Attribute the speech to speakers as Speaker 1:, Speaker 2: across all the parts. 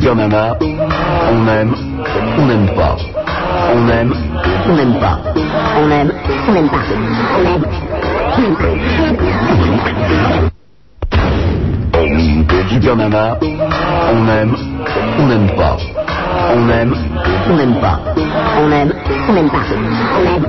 Speaker 1: Super Nana, on aime, on n'aime pas. On aime, on n'aime pas.
Speaker 2: On aime, on n'aime pas. On aime.
Speaker 1: Super Nana, on aime, on n'aime pas. On aime, on n'aime pas.
Speaker 2: On aime, on n'aime pas. On aime.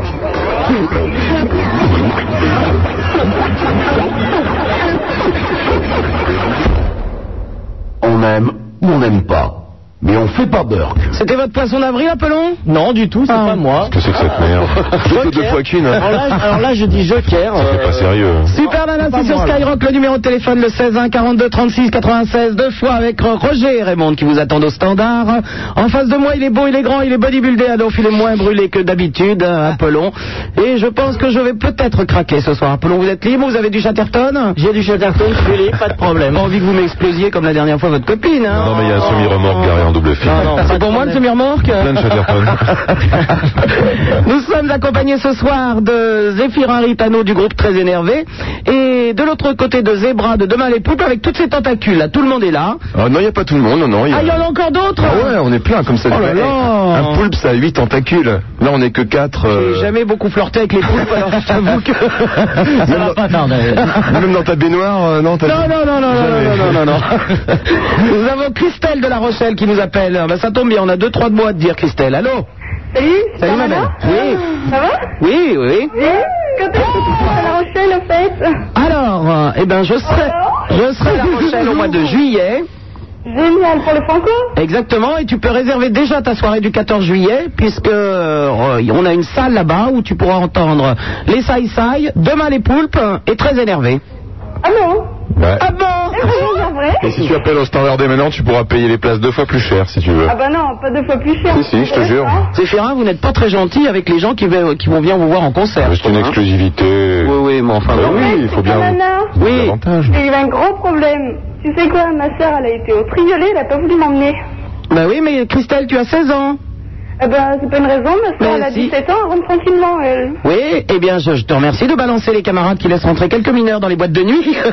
Speaker 1: On aime ou on n'aime pas. Mais on fait pas Burke.
Speaker 3: C'était votre poisson d'avril, Apollon
Speaker 4: Non, du tout, c'est
Speaker 3: Ah.
Speaker 4: pas moi.
Speaker 5: Qu'est-ce que c'est que cette merde Deux de Poiquine, hein.
Speaker 4: Alors là, alors là, je dis joker.
Speaker 5: C'est
Speaker 4: euh,
Speaker 5: pas sérieux. hein.
Speaker 3: Super Nana, c'est sur Skyrock, le numéro de téléphone le 16 1 42 36 96, deux fois avec Roger et Raymond qui vous attendent au standard. En face de moi, il est beau, il est grand, il est bodybuildé, Adolphe, il est moins brûlé que d'habitude, euh, Apollon. Et je pense que je vais peut-être craquer ce soir. Apollon, vous êtes libre, vous avez du Chatterton
Speaker 4: J'ai du Chatterton, je suis libre, pas de
Speaker 3: J'ai
Speaker 4: problème.
Speaker 3: pas envie que vous m'explosiez comme la dernière fois votre copine. Hein. Ah,
Speaker 5: Non, mais il y a un semi-remorque garé en double fil.
Speaker 4: Non, non.
Speaker 3: C'est pour moi le semi-remorque
Speaker 5: Plein de Chatterton.
Speaker 3: Nous sommes accompagnés ce soir de Zéphirin Ritano du groupe Très Énervé et de l'autre côté de Zebra de Demain les Poupes avec toutes ses tentacules. Là, tout le monde est là.
Speaker 5: Ah non, il n'y a pas tout le monde, non, non. y a-
Speaker 3: Ah, il y en a encore d'autres
Speaker 5: Ah ouais, on est plein comme ça.
Speaker 3: Oh là là.
Speaker 5: Un poulpe, ça a 8 tentacules. Là, on n'est que euh, 4.
Speaker 3: J'ai jamais beaucoup flirté avec les poulpes, alors je t'avoue que...
Speaker 4: Ça va pas tarder.
Speaker 5: Même dans ta baignoire, euh, non, t'as-
Speaker 3: Non, non, non, non, non,
Speaker 5: Jamais.
Speaker 3: non, non, non, non. Nous avons Christelle de La Rochelle qui nous appelle. Ah, bah, ça tombe bien, on a deux, trois de mots à te dire, Christelle. Allô
Speaker 6: Salut,
Speaker 3: Salut, ma belle.
Speaker 6: madame.
Speaker 3: Oui.
Speaker 6: Ça va
Speaker 3: Oui, oui, oui.
Speaker 6: Oui. Quand est-ce que tu seras à La Rochelle, en fait
Speaker 3: Alors, euh, eh ben, je serai, je serai à La Rochelle au mois de juillet.
Speaker 6: Génial, pour le Franco
Speaker 3: Exactement, et tu peux réserver déjà ta soirée du 14 juillet, puisque euh, on a une salle là-bas où tu pourras entendre les saï saï, demain les poulpes et très énervé.
Speaker 6: Ah non
Speaker 5: Ouais.
Speaker 3: Ah bon
Speaker 6: Eh, vraiment, pas vrai
Speaker 5: Et si tu appelles au standard dès maintenant, tu pourras payer les places deux fois plus cher si tu veux.
Speaker 6: Ah bah non, pas deux fois plus cher.
Speaker 5: Si, si, je te jure.
Speaker 3: Zéphirin, vous n'êtes pas très gentil avec les gens qui, ve- qui vont venir vous voir en concert.
Speaker 5: C'est une exclusivité.
Speaker 3: Oui, oui, mais enfin.
Speaker 5: Bah
Speaker 3: bon.
Speaker 5: oui, il faut bien.
Speaker 6: Nana.
Speaker 3: Oui.
Speaker 5: Davantage.
Speaker 6: J'ai eu un gros problème. Tu sais quoi, ma soeur, elle a été au triolet, elle a pas voulu m'emmener.
Speaker 3: Bah oui, mais Christelle, tu as 16 ans.
Speaker 6: Eh ben, c'est pas une raison, ma
Speaker 3: Mais
Speaker 6: soeur, elle a
Speaker 3: si.
Speaker 6: 17 ans, elle rentre tranquillement, elle.
Speaker 3: Oui, eh bien, je, je te remercie de balancer les camarades qui laissent rentrer quelques mineurs dans les boîtes de nuit.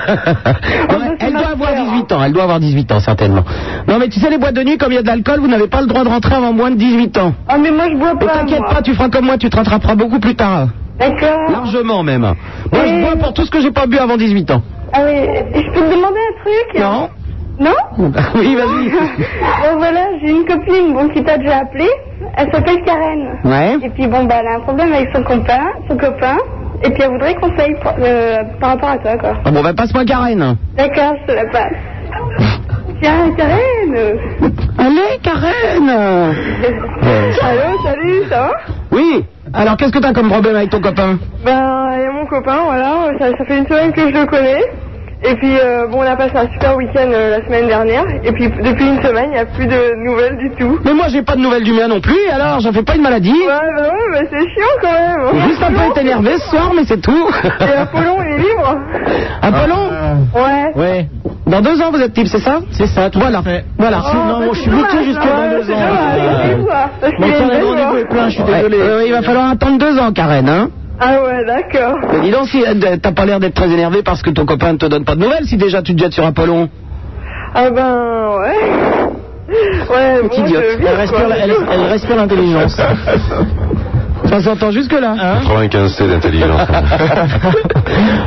Speaker 3: Non, mais elle doit avoir 18 ans, elle doit avoir 18 ans, certainement. Non, mais tu sais, les boîtes de nuit, comme il y a de l'alcool, vous n'avez pas le droit de rentrer avant moins de 18 ans.
Speaker 6: Ah, mais moi, je bois
Speaker 3: Ne
Speaker 6: pas.
Speaker 3: t'inquiète
Speaker 6: moi.
Speaker 3: pas, tu feras comme moi, tu te rattraperas beaucoup plus tard.
Speaker 6: D'accord.
Speaker 3: Largement même. Moi, je bois pour tout ce que j'ai pas bu avant 18 ans.
Speaker 6: Ah oui, et je peux te demander un truc
Speaker 3: Non
Speaker 6: Non
Speaker 3: Oui, vas-y.
Speaker 6: bon voilà, j'ai une copine bon, qui t'a déjà appelé. Elle s'appelle Karen.
Speaker 3: Ouais.
Speaker 6: Et puis bon bah elle a un problème avec son copain, son copain. Et puis elle voudrait conseil pour- euh, par rapport à toi quoi.
Speaker 3: Ah bon, ben passe-moi Karen.
Speaker 6: D'accord, je te la passe. Tiens Karen.
Speaker 3: Allez, Karen
Speaker 6: Allô, salut, ça va
Speaker 3: Oui Alors, qu'est-ce que t'as comme problème avec ton copain
Speaker 6: Ben elle est mon copain, voilà, ça, ça fait une semaine que je le connais. Et puis euh, bon on a passé un super week-end euh, la semaine dernière. Et puis depuis une semaine il n'y a plus de nouvelles du tout.
Speaker 3: Mais moi, j'ai pas de nouvelles du mien non plus, alors j'en fais pas une maladie.
Speaker 6: Ouais bah ouais bah c'est chiant quand même.
Speaker 3: Juste un peu été énervé ce soir, mais c'est tout.
Speaker 6: Et Apollon il est libre.
Speaker 3: Apollon
Speaker 6: Ouais.
Speaker 4: Ouais.
Speaker 3: Dans deux ans, vous êtes libre, Euh, c'est ça
Speaker 4: C'est ça, tout
Speaker 3: Voilà.
Speaker 4: à fait.
Speaker 3: Voilà. Ah,
Speaker 6: Oh,
Speaker 4: Non, moi, je suis
Speaker 6: c'est
Speaker 4: bloqué
Speaker 6: dommage,
Speaker 4: jusque
Speaker 6: hein.
Speaker 4: dans deux
Speaker 6: C'est
Speaker 4: ans.
Speaker 6: dommage,
Speaker 4: Euh,
Speaker 6: c'est quoi Parce qu'il
Speaker 4: Mon
Speaker 6: y a une
Speaker 4: calendrier
Speaker 6: belle
Speaker 4: rendez-vous est
Speaker 6: voix.
Speaker 4: plein, je suis
Speaker 3: hein Ouais.
Speaker 4: désolé.
Speaker 3: Euh, il va falloir attendre deux ans, Karen, hein
Speaker 6: Ah ouais, d'accord.
Speaker 3: Mais dis donc, si euh, t'as pas l'air d'être très énervé parce que ton copain ne te donne pas de nouvelles, si déjà tu te jettes sur Apollon.
Speaker 6: Ah ben ouais. Ouais, bon,
Speaker 3: idiote.
Speaker 6: je
Speaker 4: Elle
Speaker 6: vis,
Speaker 4: respire
Speaker 6: quoi.
Speaker 4: la- elle- elle respire l'intelligence.
Speaker 3: Ça s'entend jusque-là.
Speaker 5: 95 C d'intelligence.
Speaker 3: Ah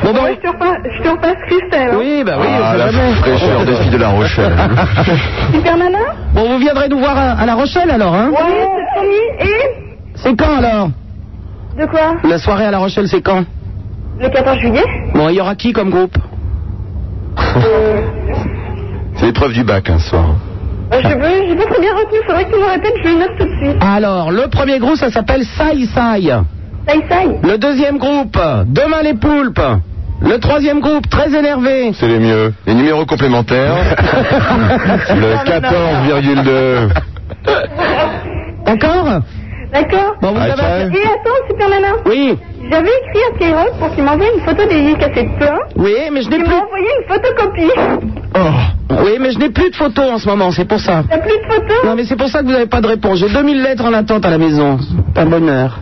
Speaker 3: bon, ben,
Speaker 6: Ah, Ouais, je te repasse, je te repasse Christelle. hein.
Speaker 3: oui, bah oui,
Speaker 5: ah,
Speaker 3: c'est
Speaker 5: la
Speaker 3: jamais.
Speaker 5: fraîcheur des filles de la Rochelle.
Speaker 6: Super Nana
Speaker 3: Bon, vous viendrez nous voir à, à La Rochelle alors, hein
Speaker 6: Ouais, c'est promis. Et
Speaker 3: C'est quand alors
Speaker 6: De quoi
Speaker 3: La soirée à La Rochelle, c'est quand
Speaker 6: Le 14 juillet
Speaker 3: Bon, il y aura qui comme groupe
Speaker 5: C'est l'épreuve du bac, hein, ce soir.
Speaker 6: Euh, Je sais pas, j'ai pas très bien retenu, faudrait que tu me répètes, je le note tout de suite.
Speaker 3: Alors, le premier groupe, ça s'appelle Sai Sai.
Speaker 6: Saï saï.
Speaker 3: Le deuxième groupe, Demain les Poulpes. Le troisième groupe, Très énervé.
Speaker 5: C'est les mieux. Les numéros complémentaires. le 14,2.
Speaker 3: D'accord
Speaker 6: D'accord
Speaker 3: Bon, vous
Speaker 5: Ah,
Speaker 3: savez...
Speaker 5: tiens.
Speaker 6: Et attends, Super Nana
Speaker 3: Oui,
Speaker 6: J'avais écrit à Skyrock pour qu'il m'envoie une photo dédicacée de toi.
Speaker 3: oui, mais je n'ai
Speaker 6: Il
Speaker 3: plus... Oh.
Speaker 6: m'a envoyé une photocopie.
Speaker 3: Oui, mais je n'ai plus de photos en ce moment, c'est pour ça.
Speaker 6: T'as plus de photos
Speaker 3: Non, mais c'est pour ça que vous n'avez pas de réponse. J'ai 2000 lettres en attente à la maison. Un bonheur.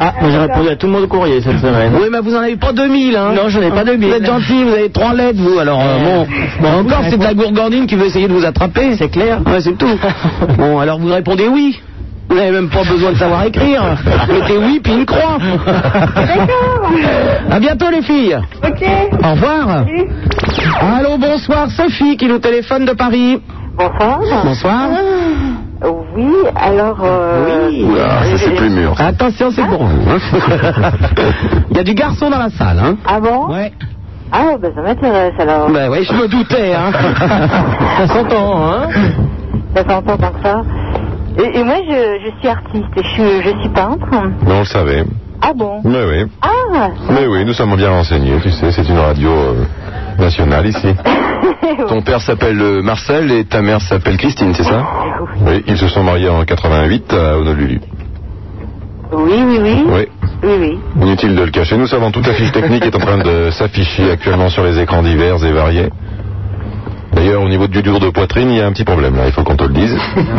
Speaker 4: Ah, moi j'ai répondu à tout le monde au courrier cette semaine.
Speaker 3: Oui, mais vous n'en avez pas 2000, hein
Speaker 4: Non, je n'en ai pas 2000.
Speaker 3: Vous êtes gentil, vous avez trois lettres, vous. Alors, euh, bon, bon, encore, c'est de la gourgandine qui veut essayer de vous attraper. C'est clair. Ouais, c'est tout. bon, alors vous répondez oui. Vous n'avez même pas besoin de savoir écrire. Mettez oui, puis une croix.
Speaker 6: D'accord
Speaker 3: À bientôt, les filles.
Speaker 6: Ok
Speaker 3: Au revoir.
Speaker 6: Salut.
Speaker 3: Allô, bonsoir, Sophie qui nous téléphone de Paris.
Speaker 7: Bonsoir.
Speaker 3: Bonsoir.
Speaker 7: Oui, alors. euh,
Speaker 5: Oula, ah, ça c'est plus mûr.
Speaker 7: Ah.
Speaker 5: ça.
Speaker 3: Attention, c'est pour vous. hein. Il y a du garçon dans la salle, hein
Speaker 7: Ah bon
Speaker 3: Ouais.
Speaker 7: Ah, ben ça m'intéresse alors.
Speaker 3: Ben oui, je me doutais, hein. Ça s'entend, hein
Speaker 7: Ça s'entend comme ça. Et, et moi, je, je suis artiste et je, suis- je suis peintre.
Speaker 5: Mais on le savait.
Speaker 7: Ah bon
Speaker 5: Mais oui.
Speaker 7: Ah
Speaker 5: Mais oui, nous sommes bien renseignés, tu sais, c'est une radio euh, nationale ici.
Speaker 1: Ton père s'appelle euh, Marcel et ta mère s'appelle Christine, c'est ça
Speaker 5: Oui, ils se sont mariés en 88 à Honolulu.
Speaker 7: Oui, oui, oui.
Speaker 5: Oui.
Speaker 7: Oui, oui.
Speaker 5: Inutile de le cacher, nous savons toute la fiche technique est en train de s'afficher actuellement sur les écrans divers et variés. D'ailleurs, au niveau du dur de poitrine, il y a un petit problème là, il faut qu'on te le dise.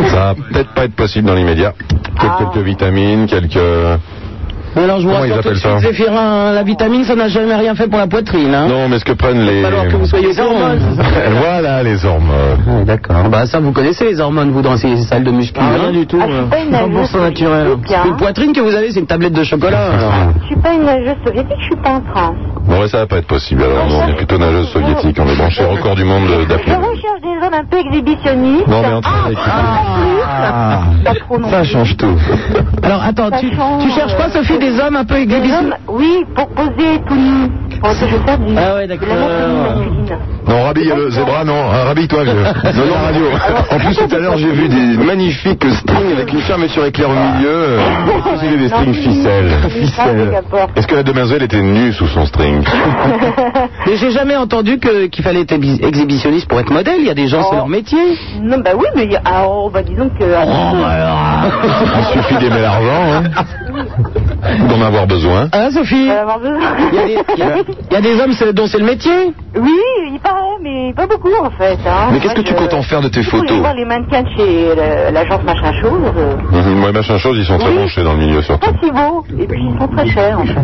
Speaker 5: Ça va peut-être pas être possible dans l'immédiat.
Speaker 3: Ah.
Speaker 5: Peut-être Quelques vitamines, quelques...
Speaker 3: Hein Alors je vous
Speaker 5: Comment ils
Speaker 3: rassure tout de
Speaker 5: appellent ça
Speaker 3: suite, Zéphirin, hein, la vitamine, ça n'a jamais rien fait pour la poitrine. Hein.
Speaker 5: Non, mais ce que prennent les...
Speaker 3: Il va falloir que vous soyez aux hormones.
Speaker 5: voilà les hormones.
Speaker 3: Ah, D'accord. Bah ça, vous connaissez les hormones, vous, dans ces salles de muscu.
Speaker 4: Ah,
Speaker 3: hein.
Speaker 4: rien du tout.
Speaker 7: Ah, je suis
Speaker 4: euh.
Speaker 7: pas une nageuse.
Speaker 3: C'est naturel.
Speaker 7: soviétique, hein.
Speaker 3: Une poitrine que vous avez, c'est une tablette de chocolat. alors.
Speaker 7: Je suis pas une nageuse soviétique, je suis peintre. hein.
Speaker 5: Bon, ouais, ça va pas être possible. Alors, non, on est plutôt nageuse soviétique. On est branché record du monde de-
Speaker 7: Je
Speaker 5: d'apnée.
Speaker 3: Ah,
Speaker 7: recherche des hommes un peu exhibitionnistes.
Speaker 5: Non, mais entre
Speaker 7: Ah,
Speaker 3: Ah.
Speaker 7: Pas trop non
Speaker 5: Ça
Speaker 7: plus.
Speaker 5: change tout.
Speaker 3: Alors attends,
Speaker 7: Ça
Speaker 3: tu,
Speaker 7: change,
Speaker 3: tu cherches pas,
Speaker 7: euh,
Speaker 3: Sophie, des hommes un peu
Speaker 7: Des
Speaker 3: exhibition
Speaker 7: hommes, oui, pour poser tout nu. Pour que je fasse du.
Speaker 3: Ah ouais, d'accord.
Speaker 7: de la montagne masculine.
Speaker 5: Non, rhabille le zébra, non. hein, Rhabille-toi, vieux. Non, non, radio.
Speaker 1: En plus, tout à l'heure, j'ai vu des magnifiques strings avec une fermeture éclair au milieu. euh,
Speaker 5: J'ai des strings
Speaker 7: Non,
Speaker 5: ficelles.
Speaker 7: oui, ça, c'est d'accord.
Speaker 5: Est-ce que la demoiselle était nue sous son string
Speaker 3: Mais j'ai jamais entendu que- qu'il fallait être exhi- exhibitionniste pour être modèle. Il y a des gens, c'est leur métier.
Speaker 7: Non, bah oui, mais il y a- ah, oh, bah disons que.
Speaker 5: Il suffit d'aimer l'argent, hein, d'en avoir besoin.
Speaker 3: Hein, Sophie
Speaker 7: On va avoir besoin.
Speaker 3: Il y, a des, il y a- il y a des hommes c'est- dont c'est le métier.
Speaker 7: Oui, il paraît, mais pas beaucoup en fait. hein.
Speaker 1: Mais qu'est-ce
Speaker 7: Moi,
Speaker 1: que tu
Speaker 7: je-
Speaker 1: comptes en faire de tes
Speaker 7: Du coup, je vais
Speaker 1: photos
Speaker 7: voir les mannequins de chez le- l'agence machin chose. euh,
Speaker 5: Mhm, Moi, machin chose, ils sont très
Speaker 7: Oui.
Speaker 5: branchés dans le milieu, surtout. Mhm.
Speaker 7: Pas si beaux, et puis ils sont très chers en fait.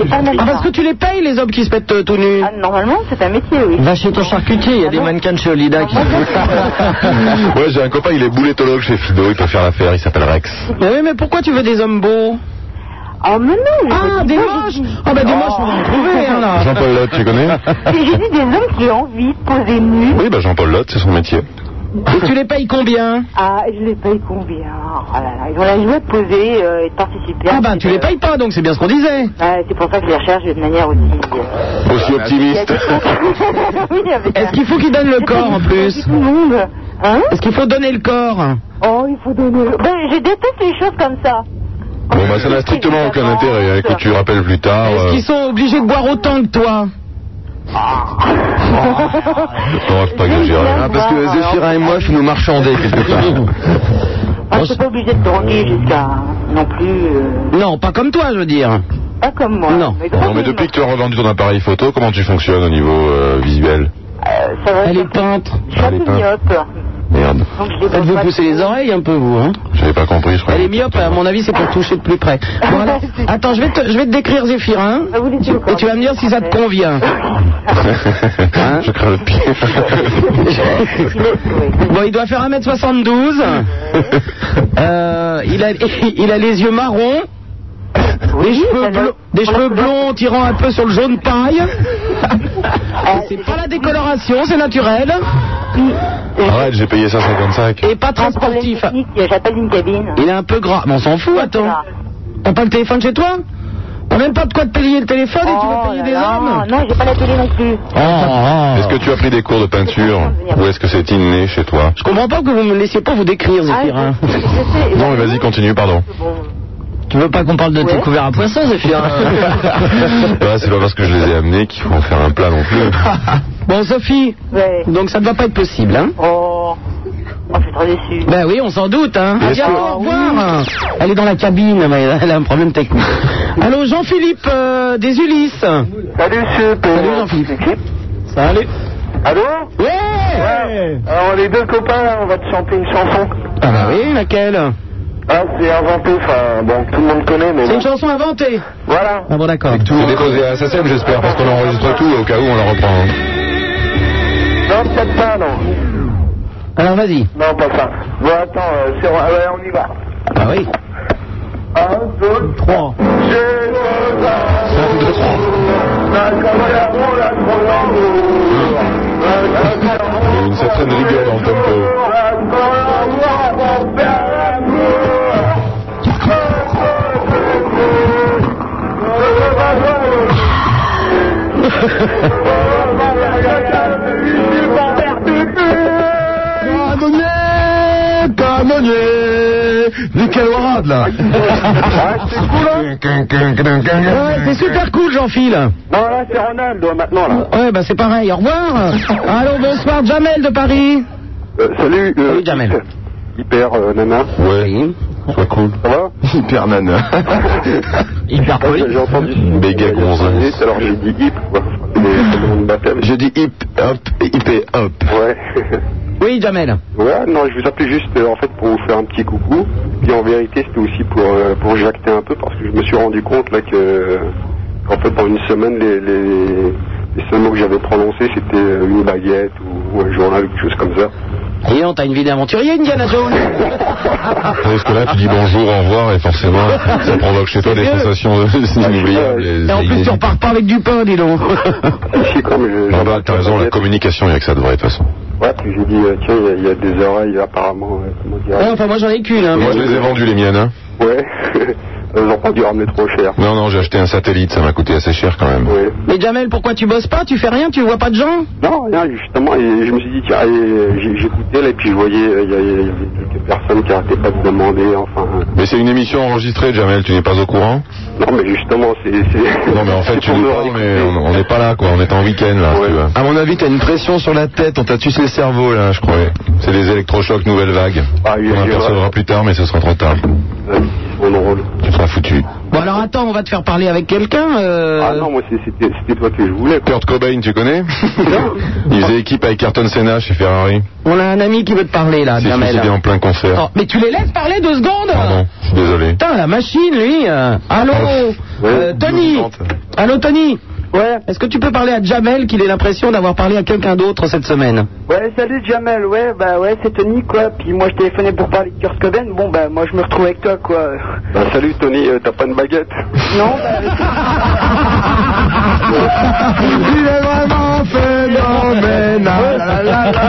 Speaker 7: C'est pas mal.
Speaker 3: Ah, parce que tu les payes, les hommes qui se pètent euh, tout nus.
Speaker 7: Ah, normalement, c'est un métier, oui.
Speaker 4: Va chez ton charcutier, il y a des mannequins de chez Olida
Speaker 7: Ah,
Speaker 4: qui.
Speaker 7: bah,
Speaker 5: Ouais, j'ai un copain, il est boulettologue chez Fido, il peut faire l'affaire, il s'appelle Rex.
Speaker 3: Mais oui, mais pourquoi tu veux des hommes beaux
Speaker 7: Oh, mais non
Speaker 3: Ah, des moches Ah, bah des moches, on va en trouver, hein, là.
Speaker 5: Jean-Paul Lotte, tu connais
Speaker 7: J'ai j'ai dit des hommes qui ont envie de poser nus.
Speaker 5: Oui, bah Jean-Paul Lotte, c'est son métier.
Speaker 3: Et tu les payes combien
Speaker 7: Ah, je les paye combien Oh là là, Ils ont la joie de poser euh, et de participer. euh,
Speaker 3: Ah bah tu les payes pas, donc c'est bien ce qu'on disait.
Speaker 7: Ouais, c'est pour ça que je les recherche de manière aussi. euh,
Speaker 5: Aussi optimiste.
Speaker 7: oui, avec
Speaker 3: Est-ce qu'il faut qu'ils donnent le corps en plus
Speaker 7: tout le monde. Hein
Speaker 3: Est-ce qu'il faut donner le corps
Speaker 7: Oh, il faut donner. Ben, je déteste les choses comme ça.
Speaker 5: Bon, bah, ça n'a strictement aucun intérêt. hein. Écoute, tu rappelles plus tard.
Speaker 3: Est-ce
Speaker 5: euh,
Speaker 3: qu'ils sont obligés de boire autant que toi
Speaker 5: Non, faut pas exagérer.
Speaker 1: Ah, parce que Zéphirin et moi, je nous marchandais quelque part.
Speaker 7: Ah, je suis pas obligée de droguer jusqu'à non plus. euh,
Speaker 3: Non, pas comme toi, je veux dire.
Speaker 7: pas comme moi.
Speaker 3: Non.
Speaker 5: Non, mais depuis que tu as revendu ton appareil photo, comment tu fonctionnes au niveau euh, visuel
Speaker 7: Euh, ça va,
Speaker 3: Elle
Speaker 7: je
Speaker 3: est peintre.
Speaker 7: je suis un
Speaker 5: Elle est
Speaker 7: peu
Speaker 5: peinte.
Speaker 7: myope.
Speaker 5: Merde,
Speaker 7: Donc je les
Speaker 3: Elle
Speaker 7: vois
Speaker 3: vous
Speaker 7: pas
Speaker 3: pousser
Speaker 7: trop.
Speaker 3: les oreilles un peu, vous. Hein
Speaker 5: j'avais pas compris, je croyais.
Speaker 3: Elle est myope, à mon avis, c'est pour toucher de plus près. Bon, alors, attends, je vais te, je vais te décrire Zéphirin.
Speaker 7: Ah, vous laissez le corps.
Speaker 3: Et tu vas me dire si ça te convient. hein.
Speaker 5: je crains le pire.
Speaker 3: Bon, il doit faire 1m72. Euh, il, a, il a les yeux marrons. Des cheveux, blo- des cheveux blonds tirant un peu sur le jaune paille. Et
Speaker 7: Eh,
Speaker 3: c'est pas la décoloration, c'est naturel.
Speaker 5: Arrête, j'ai payé 155.
Speaker 3: Et pas
Speaker 7: Un
Speaker 3: très
Speaker 7: problème
Speaker 3: sportif.
Speaker 7: technique, J'appelle une cabine.
Speaker 3: Il est un peu gras. Mais on s'en fout, attends. T'as pas le téléphone chez toi T'as même pas de quoi te payer le téléphone et Eh, tu veux
Speaker 7: Oh
Speaker 3: payer
Speaker 7: là
Speaker 3: des Oh,
Speaker 7: là,
Speaker 3: hommes
Speaker 7: Non, j'ai pas la télé non plus.
Speaker 5: Est-ce que tu as pris des cours de peinture ou est-ce que c'est inné chez toi
Speaker 3: Je comprends pas que vous me laissiez pas vous décrire, Zéphirin.
Speaker 7: Ah, je, je sais.
Speaker 5: Non, mais vas-y, continue, pardon.
Speaker 7: Bon.
Speaker 4: Tu veux pas qu'on parle de tes
Speaker 7: Ouais.
Speaker 4: couverts à poisson, Zéphirin
Speaker 5: Bah, c'est pas parce que je les ai amenés qu'il faut en faire un plat non plus.
Speaker 3: Bon, Sophie,
Speaker 7: Ouais.
Speaker 3: donc ça ne va pas être possible, hein
Speaker 7: Oh. oh, je suis très déçue.
Speaker 3: Ben oui, on s'en doute, hein. À
Speaker 5: Est-ce
Speaker 3: bientôt,
Speaker 5: que-
Speaker 3: au revoir. Elle est dans la cabine, mais elle a un problème technique. Allô, Jean-Philippe euh, des Ulysses.
Speaker 8: Salut, c'est
Speaker 3: Salut, Jean-Philippe. Salut.
Speaker 8: Allô
Speaker 3: Ouais.
Speaker 8: Alors, les deux copains, on va te chanter une chanson.
Speaker 3: Ah bah oui, laquelle
Speaker 8: Ah, c'est inventé, enfin, bon, tout le monde connaît, mais
Speaker 3: C'est
Speaker 8: bon.
Speaker 3: une chanson inventée.
Speaker 8: Voilà.
Speaker 3: Ah bon, d'accord.
Speaker 5: C'est déposé à SSM, j'espère, parce qu'on enregistre tout, au cas où on la reprend. hein.
Speaker 8: Non, peut-être pas, non.
Speaker 3: Alors vas-y.
Speaker 8: Non, pas ça. Bon, attends, euh, c'est... ah, ouais, on y va.
Speaker 3: Ah oui.
Speaker 8: Un, deux,
Speaker 3: Trois.
Speaker 8: j'ai le temps.
Speaker 5: Un, deux, trois.
Speaker 8: La caméra roule à trop l'envers. La caméra
Speaker 5: Il y a une certaine rigueur dans le tempo.
Speaker 8: roule à trop l'envers, mon père, l'amour.
Speaker 5: Canonnier, canonnier, nickel warad là.
Speaker 3: Ouais, c'est super cool, Jean-Phil.
Speaker 8: Non, là, c'est Ronaldo, maintenant, là.
Speaker 3: Ouais, bah c'est pareil. Au revoir. Allô, bonsoir, Jamel de Paris.
Speaker 8: Euh, salut. Euh,
Speaker 3: Salut, Jamel.
Speaker 5: Ah.
Speaker 8: Hyper, euh, nana.
Speaker 5: Ouais, sois cool.
Speaker 8: Ça va
Speaker 5: Hyper nana.
Speaker 4: Hyper poli.
Speaker 8: J'ai entendu.
Speaker 5: Méga gonzesse.
Speaker 8: Alors j'ai dit hip, quoi. Et c'est mon baptême.
Speaker 5: Je dis hip hop et hip et hop.
Speaker 8: Ouais.
Speaker 3: Oui, Jamel.
Speaker 8: ouais, non, je vous appelais juste, euh, en fait, pour vous faire un petit coucou. Puis en vérité, c'était aussi pour, euh, pour jacter un peu, parce que je me suis rendu compte, là, que... euh, En fait, pendant une semaine, les, les, les seuls mots que j'avais prononcés, c'était euh, une baguette ou, ou un journal ou quelque chose comme ça.
Speaker 3: Et on t'a une vie d'aventurier, Indiana Jones.
Speaker 5: Parce que là, tu dis bonjour, au revoir, et forcément, ça provoque chez toi des
Speaker 3: mieux.
Speaker 5: sensations inoubliables.
Speaker 3: Et en plus, tu repars pas avec du pain, dis donc.
Speaker 8: Si, comme je...
Speaker 5: Ah bah, t'as raison, la communication, il n'y a que ça de vrai, de toute façon.
Speaker 8: Ouais, puis j'ai dit, euh, tiens, il y a- il y, a des oreilles apparemment, euh, comment dire
Speaker 3: Ouais, enfin, moi, j'en ai qu'une.
Speaker 8: Ah,
Speaker 3: Hein,
Speaker 5: Moi, je les ai vendus, les miennes. hein.
Speaker 8: Ouais, elles ont pas dû ramener trop cher.
Speaker 5: Non, non, j'ai acheté un satellite, ça m'a coûté assez cher quand même.
Speaker 8: Ouais.
Speaker 3: Mais Jamel, pourquoi tu bosses pas Tu fais rien Tu vois pas de gens
Speaker 8: Non, rien, justement, et je me suis dit, tiens, et, euh, j'ai- j'écoutais là, et puis je voyais, euh, il y, a- il y avait quelques personnes qui arrêtaient pas de demander, enfin. euh,
Speaker 5: Mais c'est une émission enregistrée, Jamel, tu n'es pas au courant
Speaker 8: Non, mais justement, c'est. c'est-
Speaker 5: Non, mais en fait,
Speaker 8: c'est
Speaker 5: tu
Speaker 8: pour
Speaker 5: nous
Speaker 8: me
Speaker 5: parles,
Speaker 8: réécouter.
Speaker 5: mais on on n'est pas là, quoi. On est en week-end, là,
Speaker 8: Ouais.
Speaker 5: tu vois. À mon avis, t'as une pression sur la tête, on t'a tué le cerveau, là, je crois. C'est des électrochocs, nouvelle vague.
Speaker 8: Ah, oui,
Speaker 5: on
Speaker 8: oui,
Speaker 5: apercevra
Speaker 8: ouais.
Speaker 5: plus tard, mais ce sera trop tard.
Speaker 8: Euh, c'est mon rôle.
Speaker 5: Tu seras foutu.
Speaker 3: Bon, alors attends, on va te faire parler avec quelqu'un. euh,
Speaker 8: Ah non, moi, c'est- c'était c'était toi que je voulais, quoi.
Speaker 5: Kurt Cobain, tu connais Il faisait équipe avec Ayrton Senna chez Ferrari.
Speaker 3: On a un ami qui veut te parler, là,
Speaker 5: Il s'est
Speaker 3: Jamel.
Speaker 5: suicidé en plein concert.
Speaker 3: Oh, mais tu les laisses parler deux secondes
Speaker 5: Pardon, je suis désolé.
Speaker 3: Putain, la machine, lui euh. Allô euh, Tony Allô, Tony Ouais Est-ce que tu peux parler à Jamel qu'il ait l'impression d'avoir parlé à quelqu'un d'autre cette semaine
Speaker 9: Ouais, Eh, salut Jamel, ouais, bah ouais, c'est Tony quoi. Puis moi je téléphonais pour parler de Kurt Cobain, bon bah moi je me retrouve avec toi quoi.
Speaker 8: Bah, salut, Tony, euh, t'as pas de baguette
Speaker 9: Non, bah,
Speaker 5: Il est vraiment
Speaker 3: Ah
Speaker 5: phénoménal.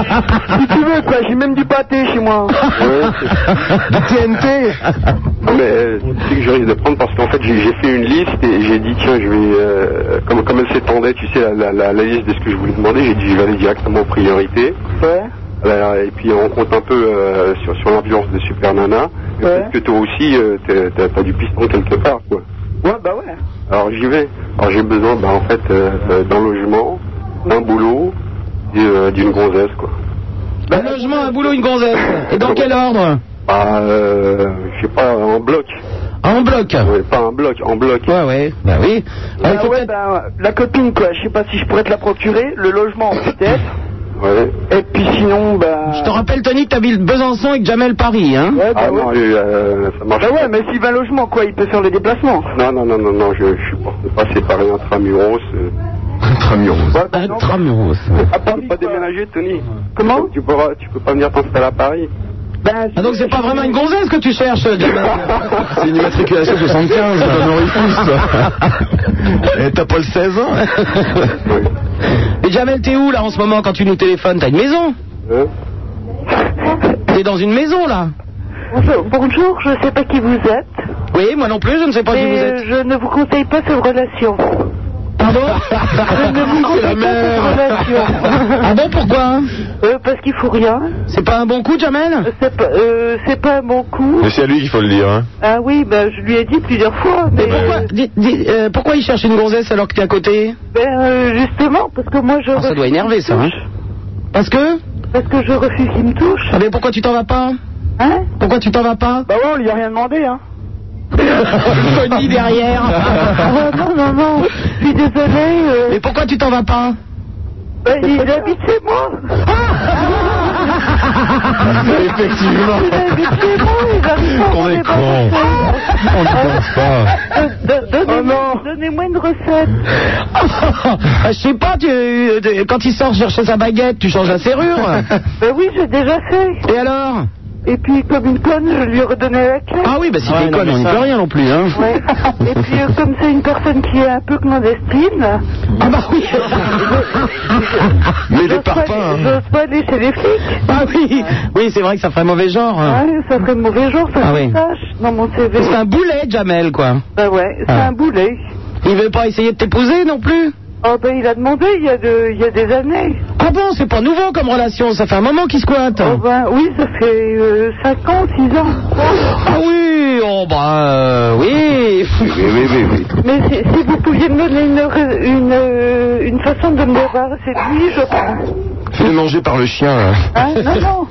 Speaker 9: si tu veux quoi, j'ai même du pâté chez moi.
Speaker 8: Ouais, c'est-
Speaker 5: TNT
Speaker 8: Non, mais euh, tu sais que je risque de prendre parce qu'en fait j'ai j'ai fait une liste et j'ai dit tiens je vais euh, comme comme elle s'étendait tu sais la, la, la, la liste de ce que je voulais demander j'ai dit je vais aller directement aux priorités
Speaker 9: Ouais,
Speaker 8: Voilà, et puis on compte un peu euh, sur, sur l'ambiance de Super Nana Mais
Speaker 9: Ouais.
Speaker 8: peut-être que toi aussi euh, t'es- t'as t'as du piston quelque part quoi
Speaker 9: ouais, bah ouais.
Speaker 3: Ah,
Speaker 8: alors j'y vais alors j'ai besoin bah, en fait euh, euh, d'un logement d'un boulot et euh, d'une gonzesse quoi Ben,
Speaker 3: Un logement, un boulot, une gonzesse. Et dans quel ordre
Speaker 8: bah euh, je sais pas en bloc
Speaker 3: En bloc
Speaker 8: Ouais, pas un bloc en bloc
Speaker 3: Ouais, ouais, bah oui.
Speaker 10: Ben
Speaker 3: Ah, il
Speaker 9: Bah
Speaker 3: faut
Speaker 9: ouais,
Speaker 3: peut-être-
Speaker 9: bah, la copine quoi, je sais pas si je pourrais te la procurer, le logement peut-être,
Speaker 8: ouais.
Speaker 9: et puis sinon bah.
Speaker 3: Je te rappelle, Tony, que t'habites Besançon et que Jamel Paris, hein
Speaker 9: Ouais, bah
Speaker 8: ah
Speaker 9: ouais.
Speaker 8: non euh, ça marche
Speaker 9: Bah
Speaker 8: pas.
Speaker 9: ouais, mais s'il va logement quoi, il peut faire les déplacements.
Speaker 8: Non, non, non, non, non, je, je supporte pas séparer un tramuros. Euh...
Speaker 5: Intramuros.
Speaker 8: Ouais, non,
Speaker 3: Intramuros.
Speaker 8: à Paris, pas déménager, Tony.
Speaker 9: Comment
Speaker 8: tu peux, pas- tu peux pas venir t'installer à Paris.
Speaker 9: Bah,
Speaker 3: Ah, donc c'est pas vraiment une gonzesse que tu cherches, Jamel
Speaker 5: C'est une immatriculation 75, un orifice. ça. Et t'as pas le 16 ans
Speaker 8: Ouais.
Speaker 3: Mais Jamel, t'es où, là, en ce moment, quand tu nous téléphones T'as une maison
Speaker 8: Hein
Speaker 3: T'es dans une maison, là
Speaker 7: Bonjour, bonjour, je sais pas qui vous êtes,
Speaker 3: Oui, moi non plus, je ne sais pas qui
Speaker 7: mais
Speaker 3: vous êtes.
Speaker 7: je ne vous conseille pas cette relation.
Speaker 3: Pardon
Speaker 7: Je ne vous conseille pas cette relation.
Speaker 3: Ah bon, pourquoi
Speaker 7: Euh, parce qu'il faut rien.
Speaker 3: C'est pas un bon coup, Jamel
Speaker 7: C'est pas, euh, c'est pas mon coup.
Speaker 5: Mais c'est à lui qu'il faut le dire. Hein.
Speaker 7: Ah oui, bah, je lui ai dit plusieurs fois. Mais
Speaker 3: pourquoi, dis- dis- euh, pourquoi il cherche une gonzesse alors que t'es à côté
Speaker 7: Ben, euh, justement, parce que moi je.
Speaker 3: bah. Ah, Ça
Speaker 7: refuse
Speaker 3: doit énerver, ça.
Speaker 7: qu'il me
Speaker 3: hein. Parce que
Speaker 7: touche. Parce que je refuse qu'il me touche.
Speaker 3: Ah, mais pourquoi tu t'en vas pas
Speaker 7: Hein
Speaker 3: Pourquoi tu t'en vas pas
Speaker 9: Bah ouais, on lui a rien demandé hein.
Speaker 3: Tony derrière.
Speaker 7: Ah, non, non, non, je suis désolée. euh,
Speaker 3: Mais pourquoi tu t'en vas pas
Speaker 7: ben, il habite chez moi.
Speaker 5: Effectivement. On est con. On n'y pense pas.
Speaker 6: Donnez-moi une recette.
Speaker 3: Ah, je sais pas, tu, euh, tu- quand il sort chercher sa baguette, tu changes la serrure.
Speaker 6: Ben oui, j'ai déjà fait.
Speaker 3: Et alors
Speaker 6: Et puis, comme une conne, je lui ai redonné la clé.
Speaker 3: Ah oui, bah si
Speaker 6: Ouais,
Speaker 3: t'es
Speaker 6: non,
Speaker 3: conne,
Speaker 6: mais
Speaker 3: on n'y
Speaker 6: ça-
Speaker 3: peut rien non plus. Hein.
Speaker 6: Ouais. Et puis, euh, comme c'est une personne qui est un peu clandestine.
Speaker 3: Ah bah oui
Speaker 5: Mais
Speaker 6: les parpaings. hein. J'ose pas aller chez les flics.
Speaker 3: Ah oui Oui, c'est vrai que ça ferait mauvais genre. hein.
Speaker 6: Ouais, ça ferait de mauvais jour, ça
Speaker 3: Ah
Speaker 6: je
Speaker 3: oui.
Speaker 6: le sache dans mon CV.
Speaker 3: C'est un boulet, Jamel, quoi.
Speaker 6: Bah ouais, c'est
Speaker 3: Ah.
Speaker 6: un boulet.
Speaker 3: Il veut pas essayer de t'épouser non plus
Speaker 6: Oh ben il a demandé il y a, de- il y a des années.
Speaker 3: Ah bon, c'est pas nouveau comme relation, ça fait un moment qu'il squatte.
Speaker 6: Oh ben oui, ça fait 5 ans, 6 ans.
Speaker 3: Ah oui, oh bah euh, oui.
Speaker 5: Oui, oui, oui, oui.
Speaker 6: Mais Euh, si, si vous pouviez me donner une, ra- une, euh, une façon de me débarrasser de lui, je pense.
Speaker 5: Fais-le manger par le chien. là.
Speaker 6: Hein non, non.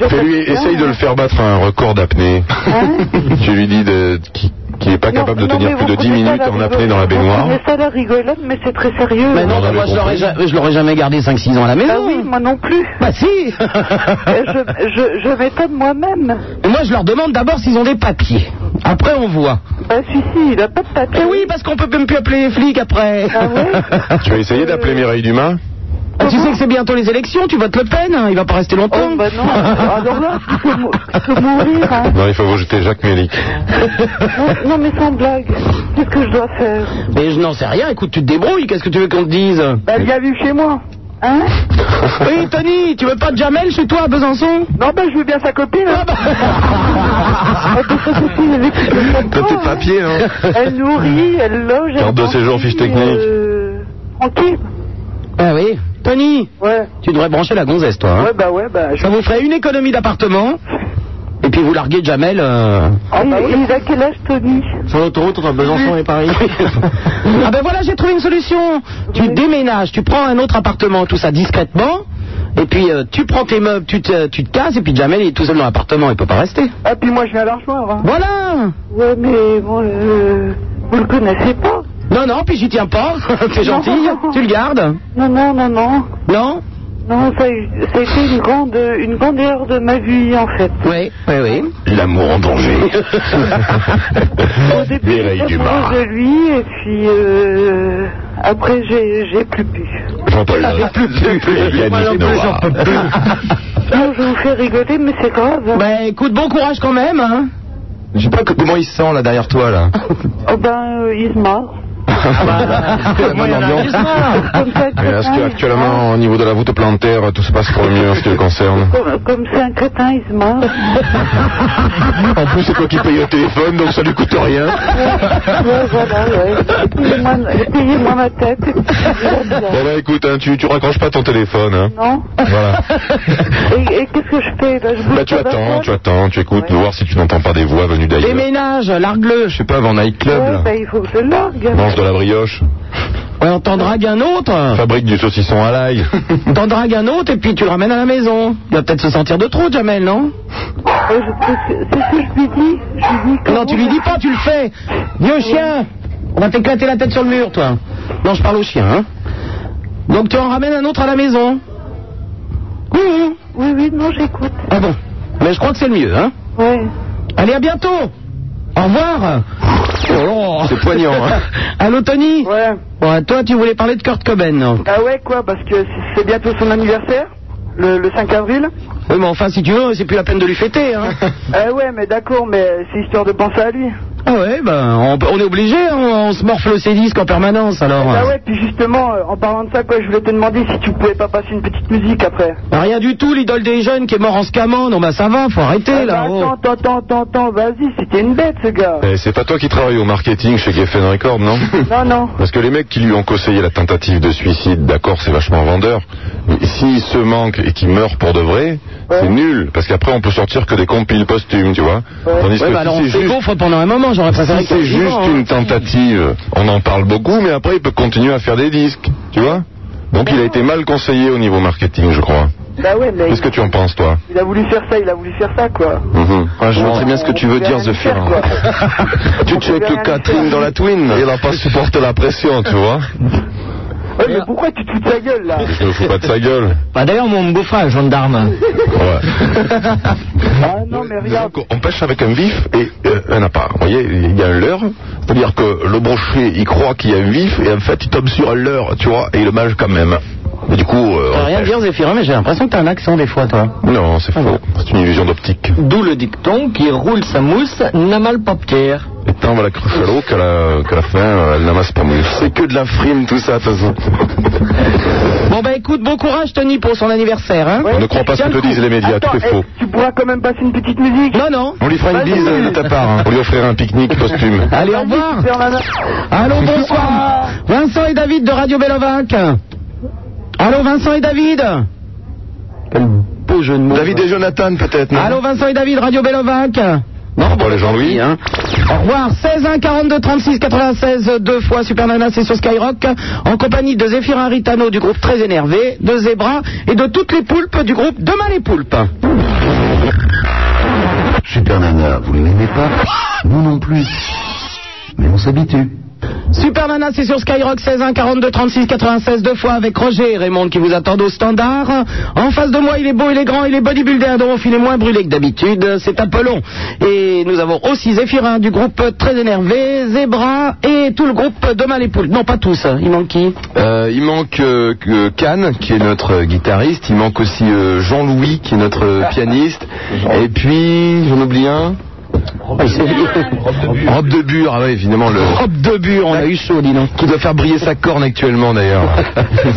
Speaker 6: Je
Speaker 5: Fais-lui,
Speaker 6: fais-
Speaker 5: essaye de le faire battre un record d'apnée. Tu lui dis de- qu'il qu'il est pas
Speaker 6: Non,
Speaker 5: capable de
Speaker 6: non, mais
Speaker 5: tenir
Speaker 6: vous
Speaker 5: plus de 10
Speaker 6: prenez ça
Speaker 5: minutes
Speaker 6: la
Speaker 5: en
Speaker 6: rigolade.
Speaker 5: apnée dans la baignoire.
Speaker 6: Vous prenez ça la rigolade, mais c'est très sérieux.
Speaker 3: Mais non,
Speaker 5: On
Speaker 3: bah, moi
Speaker 5: avait
Speaker 3: je l'aurais
Speaker 5: compris.
Speaker 3: ja- je l'aurais jamais gardé 5-6 ans à la
Speaker 6: Ah
Speaker 3: maison.
Speaker 6: oui, moi non plus.
Speaker 3: Bah si
Speaker 6: Euh, je je, je m'étonne moi-même.
Speaker 3: Et Moi je leur demande d'abord s'ils ont des papiers. Après on voit.
Speaker 6: Bah celui-ci, il a pas de papier.
Speaker 3: Eh oui, parce qu'on peut même plus appeler les flics après.
Speaker 6: Ah ouais
Speaker 5: Tu as essayé d'appeler Mireille Dumas
Speaker 3: Ah, tu sais que c'est bientôt les élections, tu votes Le Pen, hein, il va pas rester longtemps.
Speaker 6: Oh bah non, alors là, il faut, mou- il faut mourir. hein.
Speaker 5: Non, il faut rejeter Jacques Mélic.
Speaker 6: Non, non, mais sans blague, qu'est-ce que je dois faire
Speaker 3: Mais je n'en sais rien, écoute, tu te débrouilles, qu'est-ce que tu veux qu'on te dise
Speaker 6: Bah bienvenue chez moi. Hein
Speaker 3: Oui, Tony, tu veux pas de Jamel chez toi à Besançon
Speaker 6: Non, bah je veux bien sa copine. Hein. Ah, parce que ceci, elle est-
Speaker 5: T'as tes papiers, hein
Speaker 3: bah,
Speaker 6: Elle nourrit, elle loge. elle
Speaker 5: Carte de
Speaker 6: nourrit,
Speaker 5: séjour, fiche technique.
Speaker 6: euh, Tranquille.
Speaker 3: Ah oui. Tony,
Speaker 6: Ouais.
Speaker 3: tu devrais brancher la gonzesse, toi. hein.
Speaker 6: Ouais, bah ouais, bah je.
Speaker 3: Ça vous ferait une économie d'appartement. Et puis vous larguez Jamel. euh,
Speaker 6: Ah, il- Il a quel âge, Tony
Speaker 5: Sur l'autoroute entre Besançon et Paris.
Speaker 3: Ah ben voilà, j'ai trouvé une solution. Tu déménages, tu prends un autre appartement, tout ça discrètement. Et puis euh, tu prends tes meubles, tu te, tu te casses, et puis Jamel il est tout seul dans l'appartement, il peut pas rester.
Speaker 6: Ah, puis moi je viens à l'Archoir. Hein.
Speaker 3: Voilà
Speaker 6: Ouais, mais bon, euh, vous le connaissez pas
Speaker 3: Non, non, puis j'y tiens pas, t'es gentille, tu le gardes
Speaker 6: Non, non, non, non.
Speaker 3: Non
Speaker 6: Non, ça, ça a été une grande,
Speaker 7: Euh,
Speaker 6: une grande erreur de ma vie en fait.
Speaker 3: Oui, oui, oui.
Speaker 5: L'amour en danger.
Speaker 6: Au début,
Speaker 5: Mireille
Speaker 6: j'étais
Speaker 5: Dumas.
Speaker 6: amoureuse de lui et puis euh, après j'ai j'ai plus pu.
Speaker 5: Jean-Paul Yannick Noah.
Speaker 6: Non, je vous fais rigoler, mais c'est grave.
Speaker 3: Bah écoute, bon courage quand même, hein
Speaker 5: Je sais pas que- comment il se sent là derrière toi là.
Speaker 6: Oh ben, euh, il se marre.
Speaker 5: C'est la bonne ambiance.
Speaker 6: Comme ça,
Speaker 5: Ah, Mais est-ce
Speaker 6: crétin,
Speaker 5: qu'actuellement, au niveau de la voûte plantaire, tout se passe pour le mieux en ce qui le concerne
Speaker 6: Comme comme c'est un crétin, il se marre.
Speaker 5: En plus, c'est toi qui payes au téléphone, donc ça lui coûte rien.
Speaker 6: ouais, voilà, ouais. Payez-moi- Payez-moi ma tête.
Speaker 5: Bon, bah écoute, hein, tu, tu raccroches pas ton téléphone. Hein.
Speaker 6: Non
Speaker 5: Voilà.
Speaker 6: Et, et qu'est-ce que je fais ben, je bouge
Speaker 5: Bah, tu
Speaker 6: pas ma
Speaker 5: attends,
Speaker 6: tête.
Speaker 5: tu attends, tu écoutes, voir si tu n'entends pas des voix venues d'ailleurs.
Speaker 3: Déménage, largue-le.
Speaker 5: Je sais pas, avant nightclub,
Speaker 6: Ouais,
Speaker 5: là.
Speaker 6: ben, il faut que je largue.
Speaker 5: mange de la brioche,
Speaker 3: Ouais, on t'en drague un autre.
Speaker 5: fabrique du saucisson à l'ail.
Speaker 3: On t'en drague un autre et puis tu le ramènes à la maison. Il va peut-être se sentir de trop, Jamel, non
Speaker 6: Ouais, Euh, je- C'est c'est ce que je lui dis. Je lui dis
Speaker 3: Non, tu lui dis pas, tu le fais. Vieux chien, on va t'éclater la tête sur le mur, toi. Non, je parle au chien. Hein. Donc tu en ramènes un autre à la maison. Oui, oui.
Speaker 6: Oui, oui, non, j'écoute.
Speaker 3: Ah bon. Mais je crois que c'est le mieux, hein.
Speaker 6: Ouais.
Speaker 3: Allez, à bientôt. Au revoir.
Speaker 5: C'est poignant, hein.
Speaker 3: Allô, Tony.
Speaker 6: Ouais.
Speaker 3: Ouais, toi, tu voulais parler de Kurt Cobain. non
Speaker 6: Ah ouais, quoi, parce que c'est bientôt son anniversaire, le, le 5 avril.
Speaker 3: Oui, mais enfin, si tu veux, c'est plus la peine de lui fêter, hein.
Speaker 6: Ah ouais, mais d'accord, mais c'est histoire de penser à lui.
Speaker 3: Ah ouais, ben, on, on est obligé, hein, on, on se morfle ses disques en permanence, alors.
Speaker 6: Ah ouais, puis justement, euh, en parlant de ça, quoi, je voulais te demander si tu pouvais pas passer une petite musique après.
Speaker 3: Ah, Rien du tout, l'idole des jeunes qui est mort en se camant. Non, bah ça va, faut arrêter,
Speaker 6: Ah bah,
Speaker 3: là. oh.
Speaker 6: attends, attends, attends, attends, attends, vas-y, c'était une bête, ce gars.
Speaker 5: Eh, c'est pas toi qui travaille au marketing chez Geffen Records, non
Speaker 6: Non, non.
Speaker 5: Parce que les mecs qui lui ont conseillé la tentative de suicide, d'accord, c'est vachement vendeur. Mais s'il se manque et qu'il meurt pour de vrai, c'est nul. Parce qu'après, on peut sortir que des compiles posthumes, tu vois. Tandis
Speaker 3: Ouais,
Speaker 5: que
Speaker 3: bah alors
Speaker 5: si
Speaker 3: on
Speaker 5: c'est juste,
Speaker 3: s'égauffe pendant un moment, j'aurais
Speaker 5: si
Speaker 3: préféré hein. que
Speaker 5: c'est juste une tentative, on en parle beaucoup, mais après, il peut continuer à faire des disques, tu vois donc il a été mal conseillé au niveau marketing, je crois.
Speaker 6: Bah ouais, mais
Speaker 5: Qu'est-ce que tu en penses, toi
Speaker 6: il a voulu faire ça, il a voulu faire ça, quoi.
Speaker 5: Ah, Je
Speaker 6: vois très bien ce que tu veux dire, The Fear.
Speaker 5: tu
Speaker 6: check
Speaker 5: checkes
Speaker 6: Catherine dans
Speaker 5: la twin. Il n'a pas supporté la pression, tu vois.
Speaker 9: Ouais, mais pourquoi tu te fous de sa gueule là
Speaker 5: Je me fous pas de sa gueule.
Speaker 4: Bah, D'ailleurs, mon beau-frère est gendarme.
Speaker 9: Ah non, mais regarde.
Speaker 5: Donc, on pêche avec un vif et euh, un appât. Vous voyez, il y a un leurre. C'est-à-dire que le brochet, il croit qu'il y a un vif et en fait, il tombe sur un leurre, tu vois, et il le mange quand même. Et du coup, euh,
Speaker 3: T'as rien hein Ah, à dire, Zéphirin, mais j'ai l'impression que t'as un accent des fois, toi.
Speaker 5: non, c'est faux. C'est une illusion d'optique.
Speaker 4: D'où le dicton qui roule sa mousse, n'a mal pas pierre.
Speaker 5: Et tant on va la cruche à l'eau qu'à la, qu'à la fin, euh, elle n'amasse pas mieux. C'est que de la frime, tout ça, de toute façon.
Speaker 3: Bon, bah écoute, bon courage, Tony, pour son anniversaire. Hein
Speaker 5: On ne croit pas ce
Speaker 3: Tiens
Speaker 5: que
Speaker 3: le
Speaker 5: te
Speaker 3: coup.
Speaker 5: disent les médias, tout est
Speaker 9: eh,
Speaker 5: faux.
Speaker 9: tu pourras quand même passer une petite musique
Speaker 3: Non, non.
Speaker 5: On lui fera une
Speaker 9: Vas-y.
Speaker 5: bise euh, de ta part. hein. On lui offrira un pique-nique posthume.
Speaker 3: Allez, au revoir.
Speaker 9: Super Nana.
Speaker 3: Allô, bonsoir. Vincent et David de Radio Bellovac. Allô, Vincent et David.
Speaker 5: David et Jonathan, peut-être, non
Speaker 3: Allô, Vincent et David, Radio Bellovac.
Speaker 5: Non, bon, les Jean-Louis. Hein.
Speaker 3: Au revoir. 16 1 42 36 96 deux fois Super Nana, c'est sur Skyrock en compagnie de Zéphirin Ritano du groupe Très Énervé, de Zebra et de toutes les poulpes du groupe Demain les poulpes.
Speaker 1: Super Nana, vous ne l'aimez pas Nous non plus. Mais on s'habitue.
Speaker 3: Super Nana, c'est sur Skyrock 16 1 42 36 96 deux fois avec Roger et Raymond qui vous attendent au standard. En face de moi, il est beau, il est grand, il est bodybuilder, donc il est moins brûlé que d'habitude. C'est Apollon. Et nous avons aussi Zéphirin du groupe Très Énervé, Zebra et tout le groupe Demain les Poules. Non, pas tous. hein. Il manque qui
Speaker 11: Euh, il manque euh, que Can, qui est notre euh, guitariste. Il manque aussi euh, Jean-Louis, qui est notre euh, pianiste. Et puis, j'en oublie un. Rob de Bure, ah ouais, évidemment, le,
Speaker 3: Hop de but, on a eu chaud, dis donc.
Speaker 11: qui doit faire briller sa corne actuellement d'ailleurs.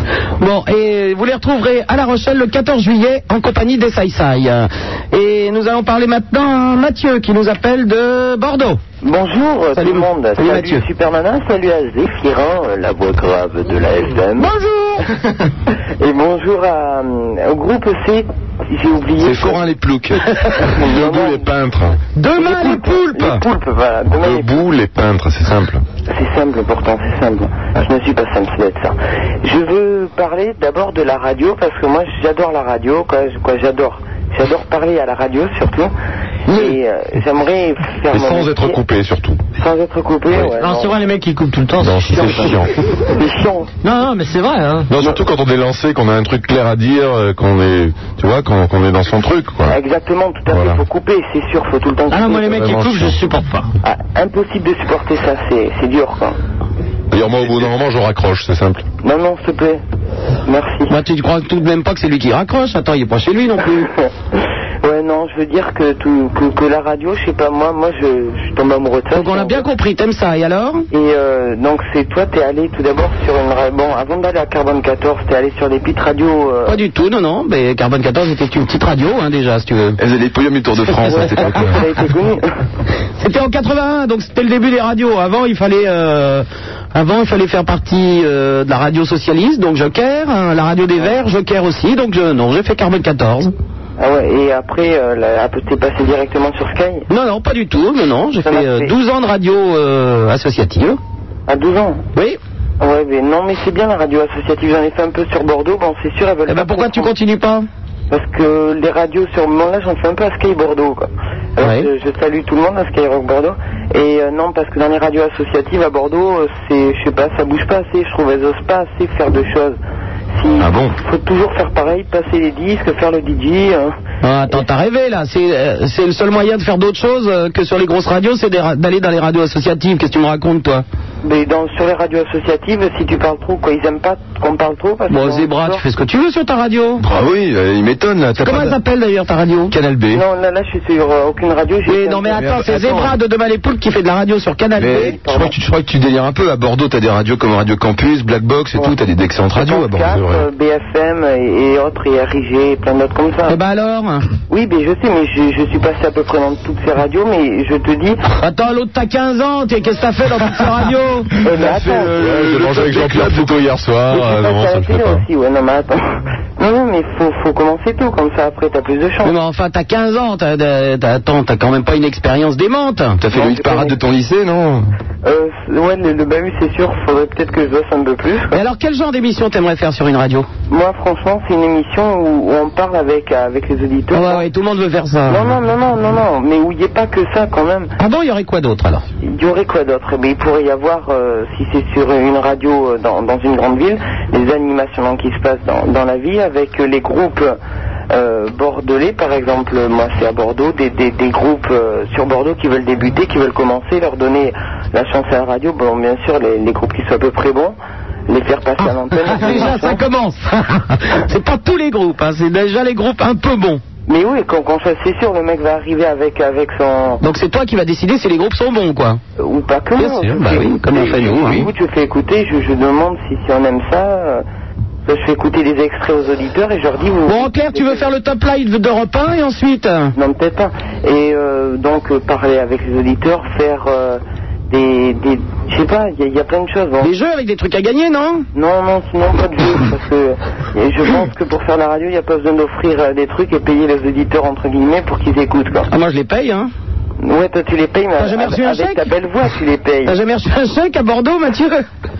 Speaker 3: Bon, et vous les retrouverez à La Rochelle le 14 juillet en compagnie des Saïsaï. Et nous allons parler maintenant à Mathieu qui nous appelle de Bordeaux.
Speaker 10: Bonjour euh,
Speaker 3: Salut,
Speaker 10: tout le monde,
Speaker 3: salut Mathieu.
Speaker 10: Super Nana, salut à Zéphirin, euh, la voix grave de la FM. Bonjour Et bonjour à, euh, au groupe C, j'ai oublié.
Speaker 11: C'est Forin les Ploucs.
Speaker 10: Debout
Speaker 5: Debout les peintres.
Speaker 3: Demain les
Speaker 10: Les
Speaker 3: poulpes
Speaker 10: poulpes, voilà. Demain, les-
Speaker 5: Debout les peintres, c'est simple.
Speaker 10: C'est simple pourtant, c'est simple. Je ne suis pas simple, c'est ça. Je veux parler d'abord de la radio parce que moi j'adore la radio, quoi, je- quoi, j'adore. J'adore parler à la radio surtout. Et euh, j'aimerais
Speaker 7: Ah,
Speaker 10: faire
Speaker 5: Et
Speaker 10: mon
Speaker 5: sans
Speaker 10: métier-
Speaker 5: être coupé, surtout.
Speaker 10: Sans être coupé, ouais.
Speaker 4: Alors, c'est vrai, les mecs qui coupent tout le temps.
Speaker 5: Non, c'est chiant.
Speaker 10: C'est chiant.
Speaker 4: Non, non, mais c'est vrai, hein.
Speaker 5: Non, surtout quand on est lancé, qu'on a un truc clair à dire, euh, qu'on est, tu vois, qu'on qu'on est dans son truc, quoi.
Speaker 10: Exactement, tout à
Speaker 5: Voilà.
Speaker 10: fait. Faut couper, c'est sûr, faut tout le temps couper.
Speaker 4: Ah non, moi, les mecs qui
Speaker 5: Vraiment
Speaker 4: coupent, je
Speaker 5: chiant.
Speaker 4: supporte pas.
Speaker 10: Ah, impossible de supporter ça, c'est c'est dur quoi.
Speaker 5: D'ailleurs, moi, au bout d'un moment, je raccroche, c'est simple.
Speaker 10: Non, non, s'il te plaît. Merci.
Speaker 3: Bah, tu ne crois tout de même pas que c'est lui qui raccroche Attends, il est pas chez lui non plus.
Speaker 10: ouais, non, je veux dire que, tout, que, que la radio, je sais pas, moi, moi je, je tombe amoureux de ça.
Speaker 3: Donc on a bien compris, t'aimes ça, et alors
Speaker 10: Et euh, donc, c'est toi, t'es allé tout d'abord sur une. ra- Bon, avant d'aller à Carbone 14, t'es allé sur des petites radios. euh,
Speaker 3: Pas du tout, non, non, mais Carbone 14 était une petite radio, hein, déjà, si tu veux.
Speaker 11: Elles faisaient les podiums du Tour de France à cette époque.
Speaker 10: Ça a été connu.
Speaker 3: C'était en 81, donc c'était le début des radios. Avant, il fallait, euh, avant, il fallait faire partie euh, de la radio socialiste, donc Joker, hein, la radio des Verts, Joker aussi, donc je, non, j'ai fait Carbone 14.
Speaker 10: ah ouais, et après, euh, la- après, t'es passé directement sur Sky
Speaker 3: Non, non, pas du tout, non, non, j'ai
Speaker 10: Ça
Speaker 3: fait
Speaker 10: m'a
Speaker 3: euh,
Speaker 10: fait.
Speaker 3: 12 ans de radio euh, associative.
Speaker 10: à 12 ans.
Speaker 3: Oui.
Speaker 10: Ouais, mais non, mais c'est bien la radio associative. J'en ai fait un peu sur Bordeaux. Bon, c'est sûr, elles veulent
Speaker 3: Eh
Speaker 10: pas
Speaker 3: ben pourquoi tu
Speaker 10: comprendre.
Speaker 3: continues pas
Speaker 10: Parce que les radios sur le moment là, j'en fais un peu à Sky Bordeaux. Quoi. Alors,
Speaker 3: Ouais.
Speaker 10: je, je salue tout le monde à Skyrock Bordeaux. Et euh, non, parce que dans les radios associatives à Bordeaux, euh, c'est, je sais pas, ça bouge pas assez. Je trouve elles osent pas assez faire de choses. Si,
Speaker 5: Ah bon
Speaker 10: Faut toujours faire pareil, passer les disques, faire le DJ. euh.
Speaker 3: Ah, Attends, t'as rêvé là. C'est euh, c'est le seul moyen de faire d'autres choses euh, que sur les grosses radios, c'est des ra- d'aller dans les radios associatives. Qu'est-ce que tu me racontes toi
Speaker 10: Mais dans, sur les radios associatives, si tu parles trop, quoi, ils aiment pas qu'on parle trop. Parce
Speaker 3: Bon,
Speaker 10: qu'on-
Speaker 3: Zébra, tu fais ce que tu veux sur ta radio.
Speaker 11: Ah oui, euh, il m'étonne là. t'as
Speaker 3: Comment
Speaker 11: pas
Speaker 3: elle
Speaker 11: de-
Speaker 3: s'appelle d'ailleurs ta radio
Speaker 11: Canal B.
Speaker 10: Non, là, là, je suis sur euh, aucune radio. j'ai
Speaker 3: Oui,
Speaker 10: fait
Speaker 3: non
Speaker 10: un-
Speaker 3: mais attends,
Speaker 11: mais
Speaker 3: c'est
Speaker 11: attends.
Speaker 3: Zébra de Demain les Poules qui fait de la radio sur
Speaker 5: Eh
Speaker 3: Canal
Speaker 11: Mais
Speaker 5: ben,
Speaker 3: B.
Speaker 11: je crois, que tu, je crois que tu délires un peu. À Bordeaux, t'as des radios comme Radio Campus, Black Box et tout. T'as des d'excellentes radios à Bordeaux.
Speaker 10: 34,
Speaker 11: c'est vrai.
Speaker 10: euh, BFM et, et autres, et RIG, et plein d'autres comme ça.
Speaker 3: Eh ben alors
Speaker 10: Oui, mais je sais, mais je, je suis passé à peu près dans toutes ces radios, mais je te dis.
Speaker 3: Attends, l'autre t'as 15 ans, t'es- qu'est-ce que t'as fait dans toutes ces radios
Speaker 10: Euh, mais attends,
Speaker 5: Ouais, J'ai mangé avec Jean-Pierre Foucault hier soir.
Speaker 10: mais
Speaker 5: euh,
Speaker 10: tu passes
Speaker 5: Non,
Speaker 10: à
Speaker 5: ça
Speaker 10: la
Speaker 5: le fait
Speaker 10: télé
Speaker 5: pas.
Speaker 10: aussi, ouais, non, mais attends. Non, non, mais faut, faut commencer tout, comme ça après t'as plus de chance.
Speaker 3: Oui, mais enfin, t'as 15 ans, t'as, t'as- t'as- attends, t'as quand même pas une expérience démente. T'as
Speaker 11: fait le hit parade de ton lycée, non
Speaker 10: Euh, ouais, le, le bahut, c'est sûr, faudrait peut-être que je bosse un peu plus.
Speaker 3: Mais alors, quel genre d'émission t'aimerais faire sur une radio
Speaker 10: Moi, franchement, c'est une émission où, où on parle avec, avec les auditeurs.
Speaker 3: Ah, Ouais, ouais, tout le monde veut faire ça.
Speaker 10: Non, non, non, non, non, non, mais où il n'y ait pas que ça quand même.
Speaker 3: Ah bon, il y aurait quoi d'autre alors
Speaker 10: Il y aurait quoi d'autre Eh bien, il pourrait y avoir, euh, si c'est sur une radio euh, dans, dans une grande ville, les animations qui se passent dans, dans la ville avec euh, les groupes euh, bordelais, par exemple, moi c'est à Bordeaux, des, des- des groupes euh, sur Bordeaux qui veulent débuter, qui veulent commencer, leur donner la chance à la radio, bon, bien sûr, les, les groupes qui soient à peu près bons, les faire passer
Speaker 3: Ah
Speaker 10: à l'antenne.
Speaker 3: Déjà, ça commence. c'est pas tous les groupes, hein, c'est déjà les groupes un peu bons.
Speaker 10: Mais oui, quand, quand ça c'est sûr, le mec va arriver avec, avec son...
Speaker 3: Donc c'est toi qui vas décider si les groupes sont bons, quoi.
Speaker 10: Euh, Ou pas que.
Speaker 3: Bien sûr, bah oui, comme on fait nous. hein.
Speaker 10: Écoute, je fais écouter, je, je demande si, si on aime ça. euh, Je fais écouter des extraits aux auditeurs et je leur dis. Vous...
Speaker 3: Bon, en clair, tu veux faire le top live d'Europe 1 et ensuite euh,
Speaker 10: Non, peut-être pas. Et euh, donc, euh, parler avec les auditeurs, faire euh, des. des je sais pas, il y, a- il y a plein de choses. Des
Speaker 3: jeux avec des trucs à gagner, non
Speaker 10: Non, non, sinon pas de jeux. parce que et je pense que pour faire la radio, il n'y a pas besoin d'offrir euh, des trucs et payer les auditeurs, entre guillemets, pour qu'ils écoutent, quoi.
Speaker 3: Ah, moi je les paye, hein
Speaker 10: Ouais, toi tu les payes, mais
Speaker 3: T'as jamais
Speaker 10: avec,
Speaker 3: reçu un
Speaker 10: avec
Speaker 3: chèque Ah,
Speaker 10: ta belle voix, tu les payes.
Speaker 3: T'as jamais reçu un chèque à Bordeaux, Mathieu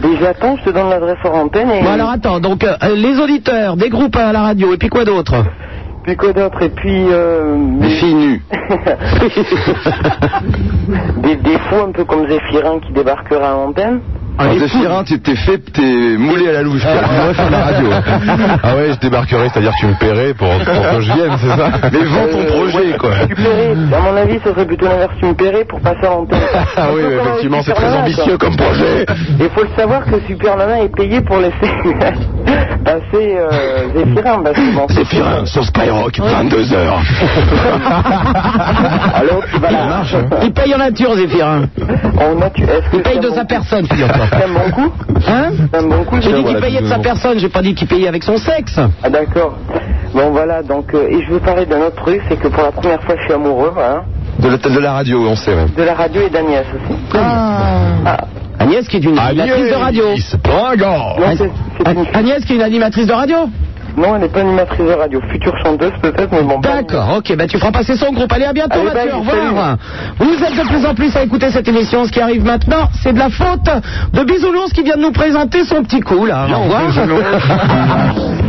Speaker 10: Mais j'attends, je te donne l'adresse en antenne et.
Speaker 3: Bon, alors attends, donc euh, les auditeurs, des groupes euh, à la radio, et puis quoi d'autre
Speaker 10: Puis quoi d'autre Et puis. Euh... Des
Speaker 11: filles nues.
Speaker 10: des, des fous un peu comme Zéphirin qui débarquera à l'antenne.
Speaker 11: Ah, Zéphirin, tu t'es fait, t'es moulé à la louche. quoi. On va faire la radio.
Speaker 5: Ah ouais, je débarquerai, c'est-à-dire que tu me paierais pour, pour que je vienne, c'est ça Euh, Ah Mais vends ton projet, quoi.
Speaker 10: Tu paierais, à mon avis, ce serait plutôt l'inverse, tu me paierais pour passer à l'antenne.
Speaker 5: Ah oui, effectivement, c'est très ambitieux comme projet.
Speaker 10: Il faut le savoir que Super Nana est payé pour laisser passer euh, Zéphirin. Parce que bon,
Speaker 5: Zéphirin sur Skyrock, 22h.
Speaker 10: Alors, tu vas la marche
Speaker 3: Il paye en nature, Zéphirin.
Speaker 10: En nature, est-ce que
Speaker 3: Il paye de sa personne, figure-toi.
Speaker 10: C'est un bon coup
Speaker 3: Hein
Speaker 10: C'est un bon coup
Speaker 3: J'ai
Speaker 10: ça,
Speaker 3: dit qu'il
Speaker 10: voilà,
Speaker 3: payait de sa
Speaker 10: tout
Speaker 3: personne, j'ai pas dit qu'il payait avec son sexe.
Speaker 10: Ah d'accord. Bon voilà, donc euh, et je veux parler d'un autre truc, c'est que pour la première fois je suis amoureux, hein. voilà,
Speaker 11: De la, de la radio, on sait. ouais.
Speaker 10: de la radio et d'Agnès aussi. Ah.
Speaker 3: Ah. Agnès qui est une animatrice de radio.
Speaker 10: Non, c'est- c'est une-
Speaker 3: Agnès qui est une animatrice de radio
Speaker 10: Non, elle n'est pas animatrice de radio, future chanteuse peut-être, mais bon.
Speaker 3: D'accord, ok, bah tu feras passer son groupe. Allez, à bientôt
Speaker 10: Allez,
Speaker 3: Mathieu,
Speaker 10: bye,
Speaker 3: au revoir. Vous êtes de plus en plus à écouter cette émission. Ce qui arrive maintenant, c'est de la faute de Bisounours qui vient de nous présenter son petit coup, là. Au revoir.